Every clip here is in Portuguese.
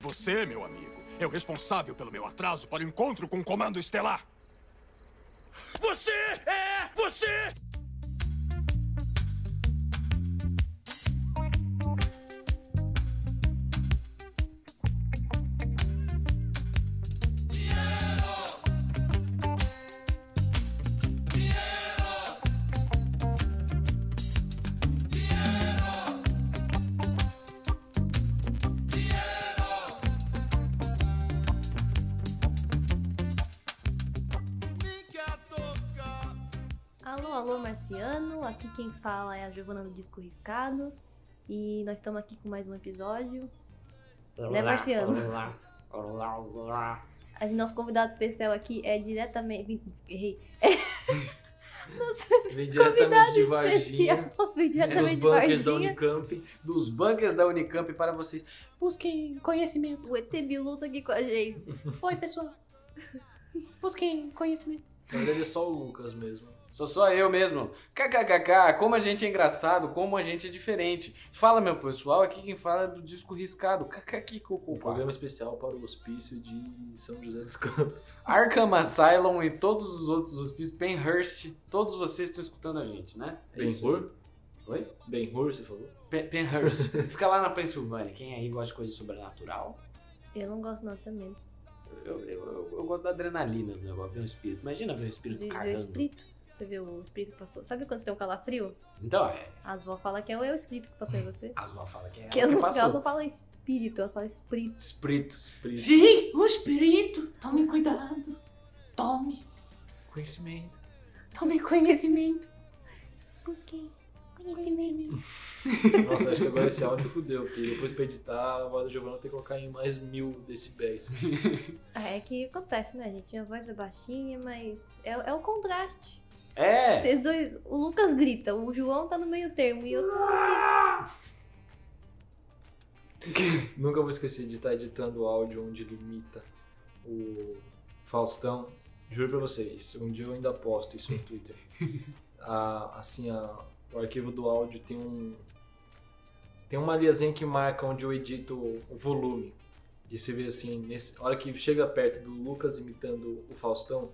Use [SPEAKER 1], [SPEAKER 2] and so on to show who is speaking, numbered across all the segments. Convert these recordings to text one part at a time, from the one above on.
[SPEAKER 1] Você, meu amigo, é o responsável pelo meu atraso para o encontro com o Comando Estelar. Você é você!
[SPEAKER 2] Alô, alô, marciano! Aqui quem fala é a Giovana do Disco Riscado e nós estamos aqui com mais um episódio.
[SPEAKER 3] é
[SPEAKER 2] Né, Marciano?
[SPEAKER 4] Olá, olá, olá.
[SPEAKER 2] A nosso convidado especial aqui é diretamente. Errei.
[SPEAKER 4] Vem
[SPEAKER 2] Convidado
[SPEAKER 4] diretamente de Varginha.
[SPEAKER 2] Especial, vem
[SPEAKER 4] Dos
[SPEAKER 2] diretamente de
[SPEAKER 4] bunkers da
[SPEAKER 2] Varginha.
[SPEAKER 4] Unicamp. Dos bunkers da Unicamp para vocês. Busquem conhecimento.
[SPEAKER 2] O ET Bilu tá aqui com a gente.
[SPEAKER 4] Oi, pessoal. Busquem conhecimento. Na verdade é só o Lucas mesmo.
[SPEAKER 3] Sou só eu mesmo. KKKK, como a gente é engraçado, como a gente é diferente. Fala, meu pessoal, aqui quem fala é do disco riscado.
[SPEAKER 4] Um
[SPEAKER 3] KKKKK.
[SPEAKER 4] programa especial para o hospício de São José dos Campos.
[SPEAKER 3] Arkham Asylum e todos os outros hospícios, Penhurst, todos vocês estão escutando a gente, né? É isso aí.
[SPEAKER 4] Ben-Hur?
[SPEAKER 3] Oi?
[SPEAKER 4] Ben-Hur, você falou?
[SPEAKER 3] Pe- Penhurst. Fica lá na Pensilvânia. Quem aí gosta de coisa sobrenatural?
[SPEAKER 2] Eu não gosto não também.
[SPEAKER 3] Eu, eu- eu- eu gosto da adrenalina do negócio, ver um espírito. Imagina ver um espírito
[SPEAKER 2] Viu
[SPEAKER 4] tá
[SPEAKER 2] o
[SPEAKER 3] cagando.
[SPEAKER 2] espírito. Você viu o espírito passou. Sabe quando você tem um calafrio?
[SPEAKER 3] Então, é.
[SPEAKER 2] As vó fala que é o espírito que passou em você.
[SPEAKER 3] A Zoa fala que é.
[SPEAKER 2] Porque
[SPEAKER 3] ela
[SPEAKER 2] elas
[SPEAKER 3] que
[SPEAKER 2] não,
[SPEAKER 3] passou.
[SPEAKER 2] elas não falam espírito, elas falam espírito.
[SPEAKER 3] Espírito.
[SPEAKER 4] Espírito.
[SPEAKER 3] Vi o espírito. Tome cuidado. Tome.
[SPEAKER 4] Conhecimento.
[SPEAKER 3] Tome conhecimento. um
[SPEAKER 2] Busquem conhecimento.
[SPEAKER 4] Nossa, acho que agora esse áudio fudeu, porque depois pra editar, a voz da Giovanna tem que colocar em mais mil decibéis.
[SPEAKER 2] Ah, É que acontece, né, gente? Minha voz é baixinha, mas é, é o contraste.
[SPEAKER 3] É.
[SPEAKER 2] Vocês dois, o Lucas grita, o João tá no meio termo e eu tô.
[SPEAKER 4] Nunca vou esquecer de estar editando áudio onde ele imita o Faustão. Juro pra vocês, um dia eu ainda posto isso no Twitter. A- assim, a- o arquivo do áudio tem um. Tem uma linhazinha que marca onde eu edito o volume. E você vê assim, nesse, a hora que chega perto do Lucas imitando o Faustão,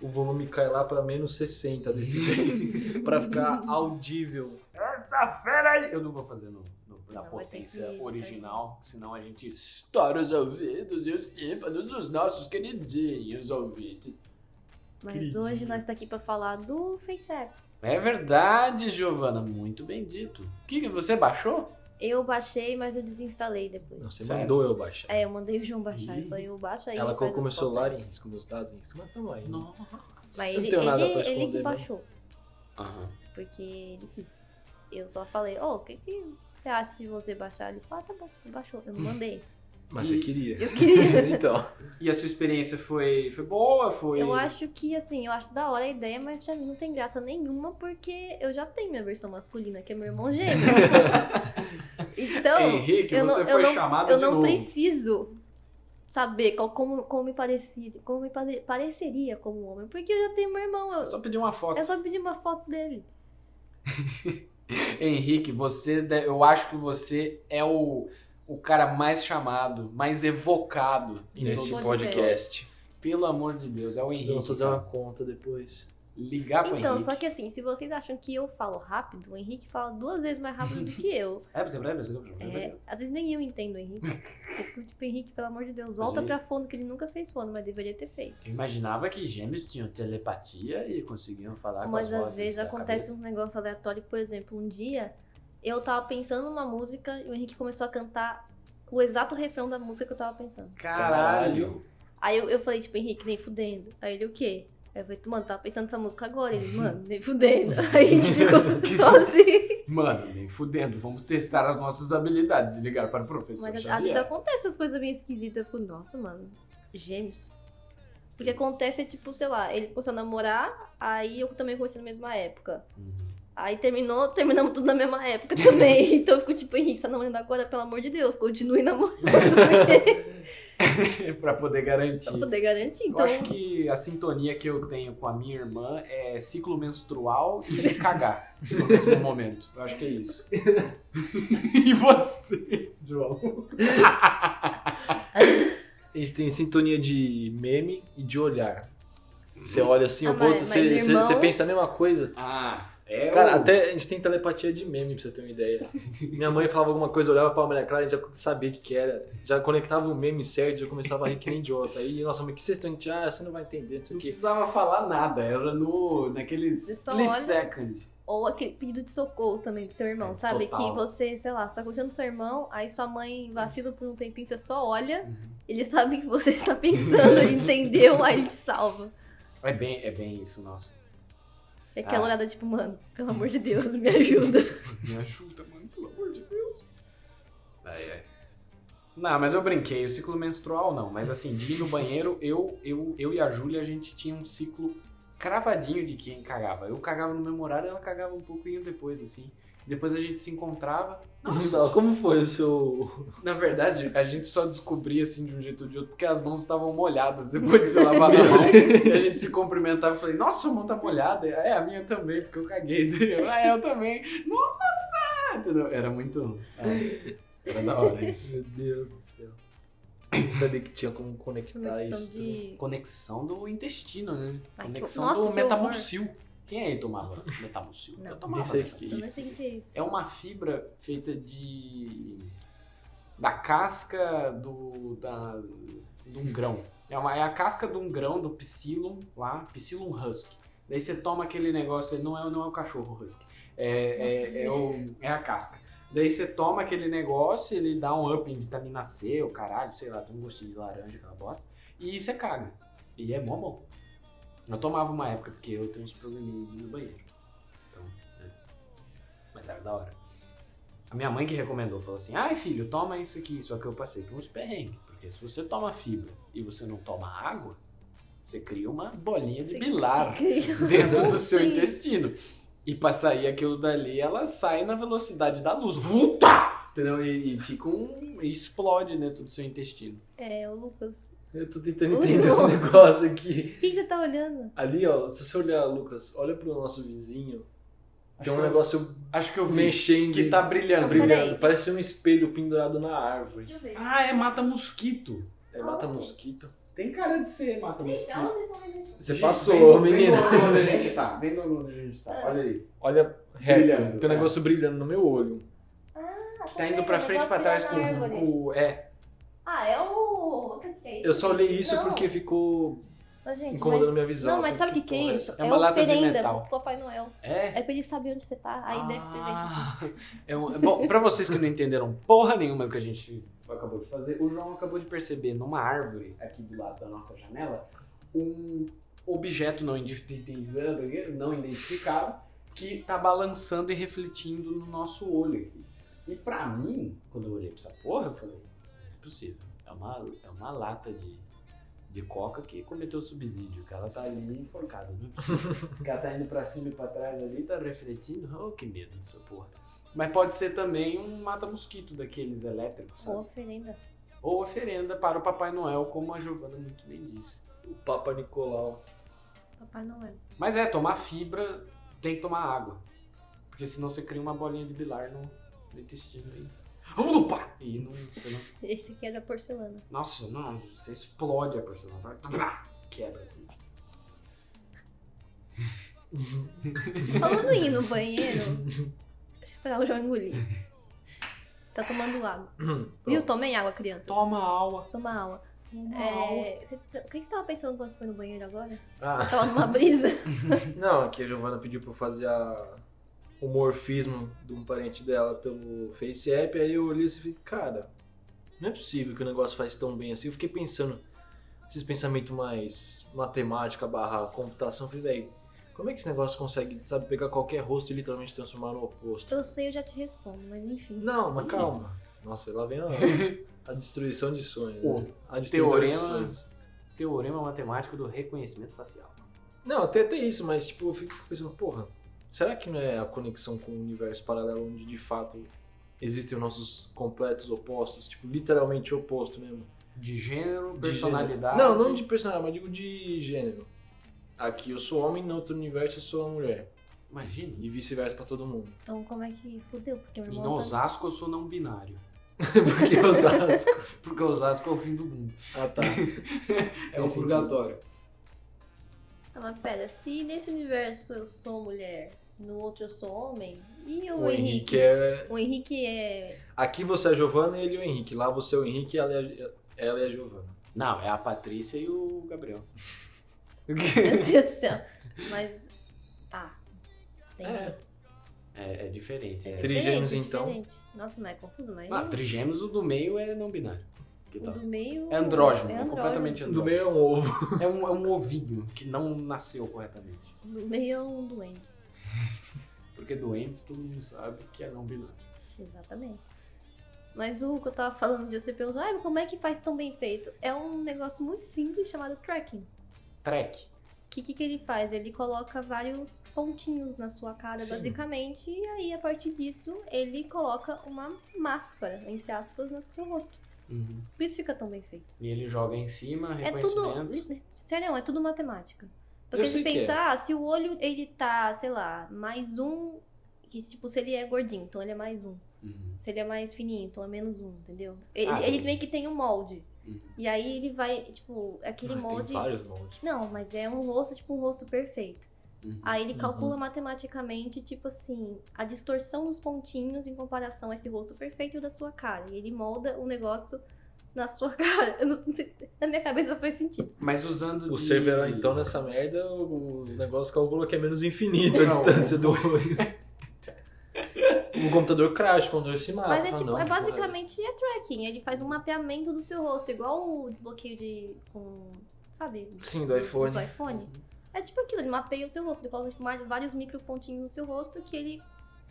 [SPEAKER 4] o volume cai lá pra menos 60 decibéis, pra ficar audível.
[SPEAKER 3] Essa fera aí. Eu não vou fazer no, no- na
[SPEAKER 2] Não, vai ter
[SPEAKER 3] potência
[SPEAKER 2] que-
[SPEAKER 3] original, senão a gente estoura os ouvidos e os tímpanos dos nossos queridinhos ouvintes.
[SPEAKER 2] Mas hoje nós tá aqui pra falar do FaceApp.
[SPEAKER 3] É verdade, Giovana. Muito bem dito. O que, que você baixou?
[SPEAKER 2] Eu baixei, mas eu desinstalei depois.
[SPEAKER 4] Não, você
[SPEAKER 3] Sério?
[SPEAKER 4] mandou eu baixar.
[SPEAKER 2] É, eu mandei o João baixar. Eu
[SPEAKER 4] Ih.
[SPEAKER 2] falei, eu baixo aí.
[SPEAKER 4] Ela
[SPEAKER 2] faz
[SPEAKER 4] colocou meu
[SPEAKER 2] as fotos.
[SPEAKER 4] celular em risco, meus dados em risco, mas tamo aí.
[SPEAKER 3] Nossa.
[SPEAKER 2] Mas
[SPEAKER 4] Não
[SPEAKER 2] ele,
[SPEAKER 4] tenho nada pra
[SPEAKER 2] ele, ele que
[SPEAKER 4] esconder,
[SPEAKER 2] baixou,
[SPEAKER 3] Aham.
[SPEAKER 2] porque ele quis. Eu só falei, ô, o que, que você acha se você baixar? Ele falou, ah, tá bom, você baixou. Eu não mandei.
[SPEAKER 4] Mas
[SPEAKER 3] E-
[SPEAKER 4] eu queria.
[SPEAKER 2] Eu queria.
[SPEAKER 4] então.
[SPEAKER 3] E a sua experiência foi, foi boa? Foi...
[SPEAKER 2] Eu acho que, assim, eu acho da hora a ideia, mas pra mim não tem graça nenhuma, porque eu já tenho minha versão masculina, que é meu irmão gêmeo. então,
[SPEAKER 3] Henrique,
[SPEAKER 2] eu não-
[SPEAKER 3] você
[SPEAKER 2] eu
[SPEAKER 3] foi
[SPEAKER 2] não-
[SPEAKER 3] chamado
[SPEAKER 2] eu
[SPEAKER 3] de
[SPEAKER 2] não
[SPEAKER 3] novo.
[SPEAKER 2] preciso saber qual- como, como me parecia, como me pare- pareceria como um homem, porque eu já tenho meu irmão. Eu,
[SPEAKER 3] É Só pedir uma foto.
[SPEAKER 2] é só pedir uma foto dele.
[SPEAKER 3] Henrique, você, de- eu acho que você é o, o cara mais chamado, mais evocado em
[SPEAKER 2] Neste
[SPEAKER 3] todo o
[SPEAKER 2] podcast.
[SPEAKER 3] Pelo amor de Deus, é o Henrique.
[SPEAKER 4] Precisamos fazer
[SPEAKER 3] cara.
[SPEAKER 4] uma conta depois.
[SPEAKER 3] Ligar pro
[SPEAKER 2] Então,
[SPEAKER 3] Tá Henrique.
[SPEAKER 2] só que assim, se vocês acham que eu falo rápido, o Henrique fala duas vezes mais rápido do que eu.
[SPEAKER 3] É, você vai você vai-
[SPEAKER 2] É, às vezes nem eu entendo o Henrique. Eu fico tipo, Henrique, pelo amor de Deus,
[SPEAKER 3] Mas
[SPEAKER 2] volta
[SPEAKER 3] ele-
[SPEAKER 2] pra fono, que ele nunca fez fono, mas deveria ter feito.
[SPEAKER 3] Eu imaginava que gêmeos tinham telepatia e conseguiam falar
[SPEAKER 2] Mas
[SPEAKER 3] Tá com as
[SPEAKER 2] às vezes acontece um negócio aleatório, por exemplo, um dia eu tava pensando numa música e o Henrique começou a cantar o exato refrão da música que eu tava pensando.
[SPEAKER 3] Caralho.
[SPEAKER 2] Aí eu, eu falei, tipo, Henrique, nem fudendo. Aí ele, o quê? Aí eu falei, mano, tava pensando nessa música agora. Ele, mano, nem fudendo. Aí a gente ficou sozinho.
[SPEAKER 3] Mano, nem fudendo, vamos testar as nossas habilidades e ligar para o professor
[SPEAKER 2] Mas às vezes
[SPEAKER 3] Xavier.
[SPEAKER 2] acontece essas coisas meio esquisitas. Eu fico, nossa, mano, gêmeos. Porque acontece, é tipo, sei lá, ele começou a namorar, aí eu também comecei na mesma época.
[SPEAKER 3] Uhum.
[SPEAKER 2] Aí terminou, terminamos tudo na mesma época também. Então eu fico tipo, Henrique, você tá namorando agora? Pelo amor de Deus, continue namorando, porque
[SPEAKER 3] pra poder garantir.
[SPEAKER 2] pra poder garantir.
[SPEAKER 3] Eu
[SPEAKER 2] Então,
[SPEAKER 3] acho que a sintonia que eu tenho com a minha irmã é ciclo menstrual e cagar no mesmo momento. Eu acho que é isso. e você?
[SPEAKER 4] João. A gente tem sintonia de meme e de olhar. Você olha assim,
[SPEAKER 2] Ah,
[SPEAKER 4] o outro,
[SPEAKER 2] mas-
[SPEAKER 4] você,
[SPEAKER 2] mas
[SPEAKER 4] você-
[SPEAKER 2] irmão-
[SPEAKER 4] você pensa a mesma coisa.
[SPEAKER 3] Ah, é
[SPEAKER 4] Cara,
[SPEAKER 3] o-
[SPEAKER 4] até a gente tem telepatia de meme, pra você ter uma ideia. Minha mãe falava alguma coisa, olhava pra mulher clara, a gente já sabia o que, que era. Já conectava o meme certo, já começava a rir que nem idiota. Aí, nossa, mãe, o que vocês estão entendendo? Ah, você não vai entender, não sei
[SPEAKER 3] Não
[SPEAKER 4] o quê.
[SPEAKER 3] precisava falar nada, era no, naqueles
[SPEAKER 2] Você só
[SPEAKER 3] split
[SPEAKER 2] Então, olha-
[SPEAKER 3] seconds.
[SPEAKER 2] Ou aquele pedido de socorro também do seu irmão,
[SPEAKER 3] É,
[SPEAKER 2] sabe?
[SPEAKER 3] total.
[SPEAKER 2] Que você, sei lá, você tá conhecendo seu irmão, aí sua mãe vacila por um tempinho, você só olha,
[SPEAKER 3] Uhum.
[SPEAKER 2] ele sabe o que você está pensando, ele entendeu, aí ele te salva.
[SPEAKER 3] É bem, é bem isso, nossa.
[SPEAKER 2] É aquela
[SPEAKER 3] Ah. Tá,
[SPEAKER 2] olhada tipo, mano, pelo amor de Deus, me ajuda.
[SPEAKER 3] Me ajuda, mano, pelo amor de Deus. Ai, ai. Não, mas eu brinquei, o ciclo menstrual não. Mas assim, de ir no banheiro, eu, eu, eu e a Júlia, a gente tinha um ciclo cravadinho de quem cagava. Eu cagava no mesmo horário, ela cagava um pouquinho depois, assim. Depois a gente se encontrava.
[SPEAKER 4] Nossa, como foi o seu.
[SPEAKER 3] Na verdade, a gente só descobria assim de um jeito ou de outro, porque as mãos estavam molhadas depois de ser lavada a mão. e a gente se cumprimentava e falei, nossa, sua mão tá molhada. É, a minha também, porque eu caguei. Daí eu, ah, eu também. Nossa! Entendeu? Era muito. é, era da hora isso.
[SPEAKER 4] Meu Deus do céu. Eu Não sabia que tinha como conectar
[SPEAKER 2] Conexão
[SPEAKER 4] isso. também.
[SPEAKER 3] é
[SPEAKER 2] de.
[SPEAKER 3] Conexão do intestino, né?
[SPEAKER 2] Ai, que-
[SPEAKER 3] Conexão
[SPEAKER 2] nossa,
[SPEAKER 3] do
[SPEAKER 2] que horror.
[SPEAKER 3] metamucil. Quem é aí tomava metamucil?
[SPEAKER 2] Não.
[SPEAKER 3] Eu tomava.
[SPEAKER 4] Nem sei o que que é
[SPEAKER 2] Eu
[SPEAKER 3] Metamucil.
[SPEAKER 2] não sei o que é isso.
[SPEAKER 3] É uma fibra feita de. da casca do. da. de um grão. É, uma, é a casca de um grão do psyllium lá, psyllium husky. Daí você toma aquele negócio, não é, não é o cachorro husky, é, é, é, o- é a casca. Daí você toma aquele negócio, ele dá um up em vitamina C, o caralho, sei lá, tem um gostinho de laranja, aquela bosta, e você caga. E é mó bom. Eu tomava uma época, porque eu tenho uns probleminhas de ir no banheiro. Então, né? Mas era da hora. A minha mãe que recomendou, falou assim: ai filho, toma isso aqui. Só que eu passei por uns perrengues. Porque se você toma fibra e você não toma água, você cria uma bolinha de bilar dentro do seu
[SPEAKER 2] Sim.
[SPEAKER 3] intestino. E pra sair aquilo dali, ela sai na velocidade da luz. Vuta! Entendeu? E, e fica um. E explode dentro do seu intestino.
[SPEAKER 2] É, o Lucas.
[SPEAKER 4] Eu tô
[SPEAKER 2] Ui,
[SPEAKER 4] tentando entender um
[SPEAKER 2] não.
[SPEAKER 4] negócio aqui.
[SPEAKER 2] O que que você tá olhando?
[SPEAKER 4] Ali, ó, se você olhar, Lucas, olha pro nosso vizinho.
[SPEAKER 3] Acho
[SPEAKER 4] Tem um
[SPEAKER 3] que eu-
[SPEAKER 4] negócio
[SPEAKER 3] Então, Acho que eu vi.
[SPEAKER 4] mexendo.
[SPEAKER 3] Que tá brilhando.
[SPEAKER 2] Não,
[SPEAKER 4] brilhando.
[SPEAKER 2] peraí.
[SPEAKER 4] Parece um espelho pendurado na árvore.
[SPEAKER 2] eu ver.
[SPEAKER 3] Ah, é mata-mosquito.
[SPEAKER 2] Ah,
[SPEAKER 4] É mata mosquito.
[SPEAKER 3] Tem cara de ser
[SPEAKER 2] Então, tá
[SPEAKER 3] mata-mosquito.
[SPEAKER 4] Você
[SPEAKER 3] Gente,
[SPEAKER 4] passou,
[SPEAKER 3] vem,
[SPEAKER 4] menina.
[SPEAKER 3] Vem no onde a gente tá, vem no onde a gente tá. Olha aí.
[SPEAKER 4] Olha reto.
[SPEAKER 3] Brilhando,
[SPEAKER 4] Tem um negócio brilhando no meu olho.
[SPEAKER 3] Tá indo pra frente e pra trás com o. com o- É.
[SPEAKER 2] Ah, é o. é
[SPEAKER 4] Eu só olhei isso
[SPEAKER 2] Não.
[SPEAKER 4] porque ficou
[SPEAKER 2] Ô, gente,
[SPEAKER 4] incomodando
[SPEAKER 2] mas-
[SPEAKER 4] minha visão.
[SPEAKER 2] Não, mas
[SPEAKER 4] Eu
[SPEAKER 2] sabe o
[SPEAKER 4] falei,
[SPEAKER 2] que, que é
[SPEAKER 4] porra,
[SPEAKER 2] isso?
[SPEAKER 3] É uma lata de
[SPEAKER 2] oferenda
[SPEAKER 3] metal.
[SPEAKER 2] pro Papai Noel.
[SPEAKER 3] É?
[SPEAKER 2] É pra ele saber onde você tá, aí deve presente.
[SPEAKER 3] Ah, é um- é bom, pra vocês que não entenderam porra nenhuma do que a gente acabou de fazer, o João acabou de perceber numa árvore aqui do lado da nossa janela um objeto não, identificado- não identificado que tá balançando e refletindo no nosso olho aqui. E pra mim, quando eu olhei pra essa porra, eu falei, não é possível. É uma, é uma lata de, de coca que cometeu subsídio, que ela tá ali enforcada, não é possível. que ela tá indo pra cima e pra trás ali, tá refletindo. Oh, que medo dessa porra. Mas pode ser também um mata-mosquito daqueles elétricos,
[SPEAKER 2] Ou
[SPEAKER 3] sabe?
[SPEAKER 2] oferenda.
[SPEAKER 3] Ou oferenda para o Papai Noel, como a Giovana muito bem disse.
[SPEAKER 4] O Papa Nicolau.
[SPEAKER 2] Papai Noel.
[SPEAKER 3] Mas é, tomar fibra tem que tomar água. Porque senão você cria uma bolinha de bilar no, no intestino aí. Ovo do pá! E não, você não
[SPEAKER 2] Esse aqui é da porcelana.
[SPEAKER 3] Nossa, não, você explode a porcelana. Vai, pá, Quebra tudo.
[SPEAKER 2] Falando em ir no banheiro, deixa eu esperar o João engolir. Tá tomando água. Viu?
[SPEAKER 4] Pronto.
[SPEAKER 2] Tomem água, criança.
[SPEAKER 3] Toma aula.
[SPEAKER 2] Toma água. É, você- o que você tava pensando quando você foi no banheiro agora?
[SPEAKER 4] Ah,
[SPEAKER 2] Tava numa brisa?
[SPEAKER 4] não, aqui a Giovana pediu pra eu fazer a... o morfismo de um parente dela pelo FaceApp. Aí eu olhei assim e falei, cara, não é possível que o negócio faz tão bem assim. Eu fiquei pensando, esses pensamentos mais matemática barra computação. Eu falei, velho, como é que esse negócio consegue, sabe, pegar qualquer rosto e literalmente transformar no oposto?
[SPEAKER 2] Eu sei, eu já te respondo, mas enfim.
[SPEAKER 4] Não, mas calma. Nossa, lá vem a, a destruição de sonhos. né? A
[SPEAKER 3] teorema-
[SPEAKER 4] sonhos.
[SPEAKER 3] Teorema matemático do reconhecimento facial.
[SPEAKER 4] Não, até tem isso, mas tipo, eu fico pensando, porra, será que não é a conexão com o universo paralelo onde de fato existem os nossos completos opostos? Tipo, literalmente oposto mesmo.
[SPEAKER 3] De gênero,
[SPEAKER 4] De
[SPEAKER 3] personalidade.
[SPEAKER 4] gênero. Não, não de personalidade, mas digo de gênero. Aqui eu sou homem, no outro universo eu sou uma mulher.
[SPEAKER 3] Imagina.
[SPEAKER 4] E vice-versa pra todo mundo.
[SPEAKER 2] Então como é que fudeu? Porque meu
[SPEAKER 3] Em
[SPEAKER 2] irmão. tá-
[SPEAKER 3] Osasco eu sou não binário.
[SPEAKER 4] Porque Osasco.
[SPEAKER 3] Porque Osasco é o fim do mundo.
[SPEAKER 4] Ah, tá.
[SPEAKER 3] É o
[SPEAKER 4] Faz sentido.
[SPEAKER 3] purgatório.
[SPEAKER 2] Tá, mas pera, se nesse universo eu sou mulher, no outro eu sou homem, e o,
[SPEAKER 4] O Henrique
[SPEAKER 2] Henrique?
[SPEAKER 4] é.
[SPEAKER 2] O Henrique é.
[SPEAKER 4] Aqui você é a Giovana e ele é o Henrique. Lá você é o Henrique e ela é a, ela é a Giovana.
[SPEAKER 3] Não, é a Patrícia e o Gabriel.
[SPEAKER 2] Meu Deus do céu. Mas. Tá. Entendi.
[SPEAKER 4] É.
[SPEAKER 3] É, é diferente. É.
[SPEAKER 4] Trigêmeos,
[SPEAKER 2] Diferente,
[SPEAKER 4] então.
[SPEAKER 2] diferente. Nossa, mas é confuso, mas.
[SPEAKER 3] Ah, trigêmeos, o do meio é não binário. Que
[SPEAKER 2] o
[SPEAKER 3] tal?
[SPEAKER 2] do meio.
[SPEAKER 3] É andrógeno, é
[SPEAKER 2] andrógeno.
[SPEAKER 3] completamente
[SPEAKER 4] Do
[SPEAKER 3] andrógeno.
[SPEAKER 4] meio é um ovo.
[SPEAKER 3] É um, é um ovinho que não nasceu corretamente.
[SPEAKER 2] O Do meio é um doente.
[SPEAKER 3] Porque doentes todo mundo sabe que é não binário.
[SPEAKER 2] Exatamente. Mas o que eu tava falando de você perguntou, ah, mas como é que faz tão bem feito? É um negócio muito simples chamado tracking.
[SPEAKER 3] Trek.
[SPEAKER 2] O que, que, que ele faz? Ele coloca vários pontinhos na sua cara,
[SPEAKER 3] Sim.
[SPEAKER 2] basicamente, e aí a partir disso ele coloca uma máscara, entre aspas, no seu rosto. Por isso fica tão bem feito.
[SPEAKER 3] Uhum. E ele joga em cima,
[SPEAKER 2] É tudo.
[SPEAKER 3] reconhecimento.
[SPEAKER 2] Sério, é tudo matemática. Porque
[SPEAKER 4] Eu
[SPEAKER 2] se
[SPEAKER 4] sei que é.
[SPEAKER 2] pensar, ah, se o olho ele tá, sei lá, mais um. Que, tipo, se ele é gordinho, então ele é mais um.
[SPEAKER 3] Uhum,
[SPEAKER 2] Se ele é mais fininho, então é menos um, entendeu? Ele,
[SPEAKER 3] Ah,
[SPEAKER 2] ele
[SPEAKER 3] sim.
[SPEAKER 2] meio que tem um molde.
[SPEAKER 3] uhum.
[SPEAKER 2] E aí ele vai, tipo, aquele
[SPEAKER 4] Ah,
[SPEAKER 2] molde.
[SPEAKER 4] Tem vários moldes.
[SPEAKER 2] Não, mas é um rosto, tipo, um rosto perfeito.
[SPEAKER 3] Uhum.
[SPEAKER 2] Aí ele
[SPEAKER 4] Uhum.
[SPEAKER 2] calcula matematicamente, tipo assim, a distorção dos pontinhos em comparação a esse rosto perfeito e o da sua cara. E ele molda o negócio na sua cara. Eu não sei, na minha cabeça faz sentido.
[SPEAKER 3] Mas usando
[SPEAKER 4] O
[SPEAKER 3] de...
[SPEAKER 4] server, então, nessa merda, o negócio calcula que é menos infinito a
[SPEAKER 3] Não.
[SPEAKER 4] distância do olho. o computador crash quando ele se mata.
[SPEAKER 2] Mas é
[SPEAKER 4] Ah,
[SPEAKER 2] tipo,
[SPEAKER 4] não,
[SPEAKER 2] é
[SPEAKER 4] que porra
[SPEAKER 2] basicamente é tracking. Ele faz um mapeamento do seu rosto, igual o desbloqueio de. com. sabe?
[SPEAKER 4] essa? Sim, do iPhone.
[SPEAKER 2] Do iPhone. É tipo aquilo, ele mapeia o seu rosto, ele coloca tipo, mais- vários micropontinhos no seu rosto que ele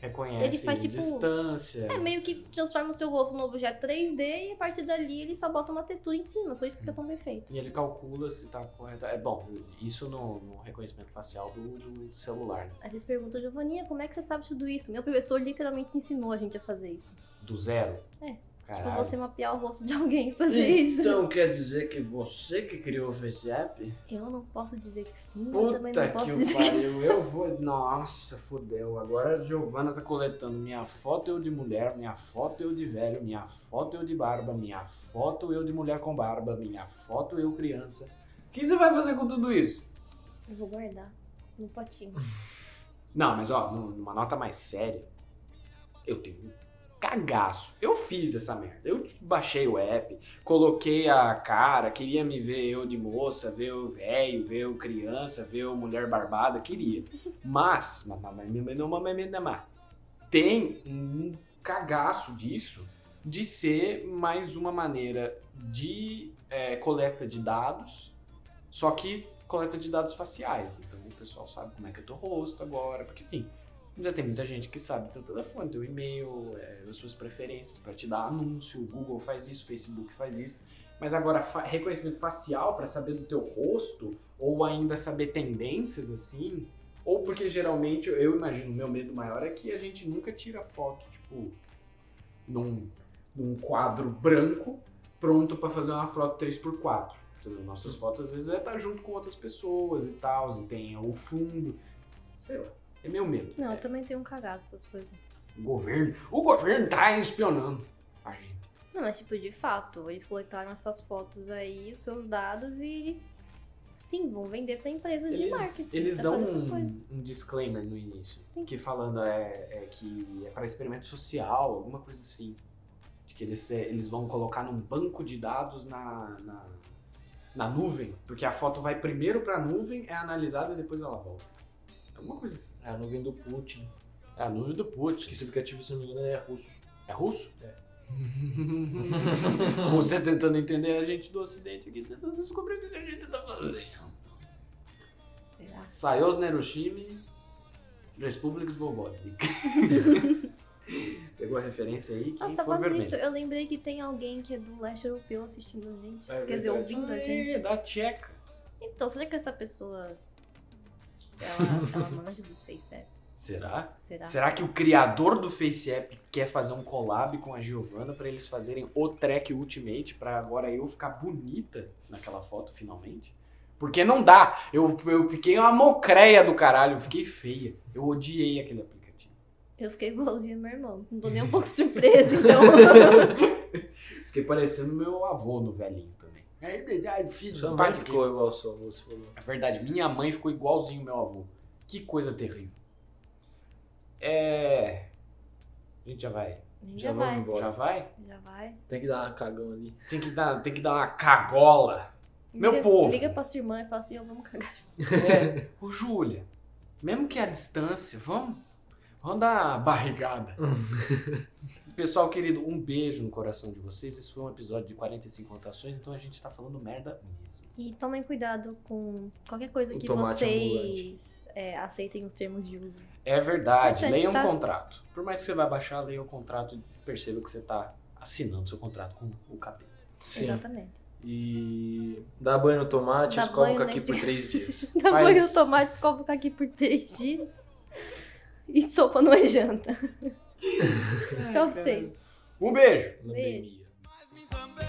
[SPEAKER 3] Reconhece
[SPEAKER 2] Ele faz, tipo,
[SPEAKER 3] distância.
[SPEAKER 2] É, meio que transforma o seu rosto num objeto 3D e a partir dali ele só bota uma textura em cima, por isso que fica tão bem feito.
[SPEAKER 3] E ele calcula se tá correto. É bom, isso no, no reconhecimento facial do, do celular, né?
[SPEAKER 2] Aí vocês perguntam, Giovaninha, como é que você sabe tudo isso? Meu professor literalmente ensinou a gente a fazer isso.
[SPEAKER 3] do zero.
[SPEAKER 2] É. Tipo,
[SPEAKER 3] Caralho.
[SPEAKER 2] você mapear o rosto de alguém e fazer isso.
[SPEAKER 3] Então, quer dizer que você que criou o FaceApp?
[SPEAKER 2] Eu não posso dizer que sim, eu também
[SPEAKER 3] Puta
[SPEAKER 2] não
[SPEAKER 3] que
[SPEAKER 2] posso
[SPEAKER 3] o
[SPEAKER 2] dizer
[SPEAKER 3] pariu, eu vou. Nossa, fudeu. Agora a Giovana tá coletando minha foto eu de mulher, minha foto eu de velho, minha foto eu de barba, minha foto eu de mulher com barba, minha foto eu criança. O que você vai fazer com tudo isso?
[SPEAKER 2] Eu vou guardar no potinho.
[SPEAKER 3] Não, mas ó, num- numa nota mais séria, eu tenho um cagaço. Eu fiz essa merda. Eu tipo, baixei o app, coloquei a cara, queria me ver eu de moça, ver o velho, ver o criança, ver o mulher barbada, queria. Mas, mas, mas, mas, mas, mas, mas, mas, mas, tem um cagaço disso de ser mais uma maneira de é, coleta de dados, só que coleta de dados faciais. Então o pessoal sabe como é que é teu rosto agora, porque assim, sim, já tem muita gente que sabe teu telefone, teu e-mail, é, as suas preferências para te dar anúncio. O Google faz isso, o Facebook faz isso. Mas agora, fa- reconhecimento facial para saber do teu rosto, ou ainda saber tendências assim, ou porque geralmente, eu imagino, meu medo maior é que a gente nunca tira foto, tipo, num, num quadro branco, pronto pra fazer uma foto 3x4. Entendeu? Nossas fotos às vezes é estar junto com outras pessoas e tal, e tem o fundo, sei lá. É meu medo.
[SPEAKER 2] Não, eu
[SPEAKER 3] É,
[SPEAKER 2] também tenho um cagaço essas coisas.
[SPEAKER 3] o governo, o governo tá espionando a gente.
[SPEAKER 2] Não, mas tipo, de fato, eles coletaram essas fotos aí, os seus dados e eles sim vão vender pra empresas de
[SPEAKER 3] Eles,
[SPEAKER 2] marketing.
[SPEAKER 3] eles
[SPEAKER 2] pra
[SPEAKER 3] dão
[SPEAKER 2] fazer essas coisas.
[SPEAKER 3] um, um disclaimer no início, que falando é, é que é para experimento social, alguma coisa assim. De que eles, é, eles vão colocar num banco de dados na, na, na nuvem, porque a foto vai primeiro pra nuvem, é analisada e depois ela volta. Alguma coisa assim.
[SPEAKER 4] É a nuvem do Putin.
[SPEAKER 3] É a nuvem do
[SPEAKER 4] Acho
[SPEAKER 3] Putin.
[SPEAKER 4] que esse aplicativo, se não me engano, é russo.
[SPEAKER 3] É russo? É. Você tentando entender a gente do ocidente aqui, tentando descobrir o que a gente tá fazendo.
[SPEAKER 2] Será?
[SPEAKER 3] Saiu os Nerushimi, Respublics Bobotnik. Pegou a referência aí, quem
[SPEAKER 2] Nossa,
[SPEAKER 3] for
[SPEAKER 2] falando
[SPEAKER 3] vermelho.
[SPEAKER 2] nisso, eu lembrei que tem alguém que é do leste europeu assistindo a gente.
[SPEAKER 4] É
[SPEAKER 2] quer dizer,
[SPEAKER 4] verdade.
[SPEAKER 2] ouvindo a
[SPEAKER 3] Aê,
[SPEAKER 2] né, gente.
[SPEAKER 3] da tcheca.
[SPEAKER 2] Então, será que essa pessoa. Ela, tá ela manja dos FaceApp?
[SPEAKER 3] Será?
[SPEAKER 2] Será?
[SPEAKER 3] Será que o criador do FaceApp quer fazer um collab com a Giovanna pra eles fazerem o track Ultimate pra agora eu ficar bonita naquela foto finalmente? Porque não dá. Eu, eu fiquei uma mocreia do caralho, eu fiquei feia. Eu odiei aquele aplicativo.
[SPEAKER 2] Eu fiquei igualzinha ao meu irmão. Não tô nem um pouco surpresa, então.
[SPEAKER 3] Fiquei parecendo meu avô no velhinho também. É verdade, filho.
[SPEAKER 4] Sua mãe
[SPEAKER 3] Quase que-
[SPEAKER 4] ficou um é igual a sua avó, você falou.
[SPEAKER 3] É verdade, minha mãe ficou igualzinho meu avô. Que coisa terrível. É. A gente já vai.
[SPEAKER 2] já
[SPEAKER 4] vamos
[SPEAKER 2] vai.
[SPEAKER 4] embora.
[SPEAKER 3] Já vai?
[SPEAKER 2] Já vai.
[SPEAKER 4] Tem que dar uma cagão ali.
[SPEAKER 3] Tem que dar, tem que dar uma cagola. Meu
[SPEAKER 2] liga,
[SPEAKER 3] povo.
[SPEAKER 2] Liga pra sua irmã e fala assim: ó, vamos cagar.
[SPEAKER 3] É. Ô, Júlia, mesmo que a distância, vamos. Vamos dar uma barrigada.
[SPEAKER 4] Hum.
[SPEAKER 3] Pessoal querido, um beijo no coração de vocês. Esse foi um episódio de 45 rotações, então a gente tá falando merda mesmo.
[SPEAKER 2] E tomem cuidado com qualquer coisa
[SPEAKER 4] O
[SPEAKER 2] que
[SPEAKER 4] tomate
[SPEAKER 2] vocês é, aceitem os termos de uso.
[SPEAKER 3] É verdade,
[SPEAKER 2] Importante,
[SPEAKER 3] leia um
[SPEAKER 2] tá?
[SPEAKER 3] contrato. Por mais que você vá baixar, leia o contrato e perceba que você tá assinando seu contrato com o capeta.
[SPEAKER 2] Exatamente.
[SPEAKER 4] E dá banho no tomate,
[SPEAKER 2] Dá
[SPEAKER 4] escova
[SPEAKER 2] banho
[SPEAKER 4] com aqui
[SPEAKER 2] nesse-
[SPEAKER 4] por três dias.
[SPEAKER 2] Dá
[SPEAKER 3] Faz-
[SPEAKER 2] banho no tomate, escova tá aqui por três dias. E sopa não é janta. Tchau pra vocês.
[SPEAKER 3] Um beijo!
[SPEAKER 2] Beijo.
[SPEAKER 4] Lambemia.
[SPEAKER 5] Faz-me também.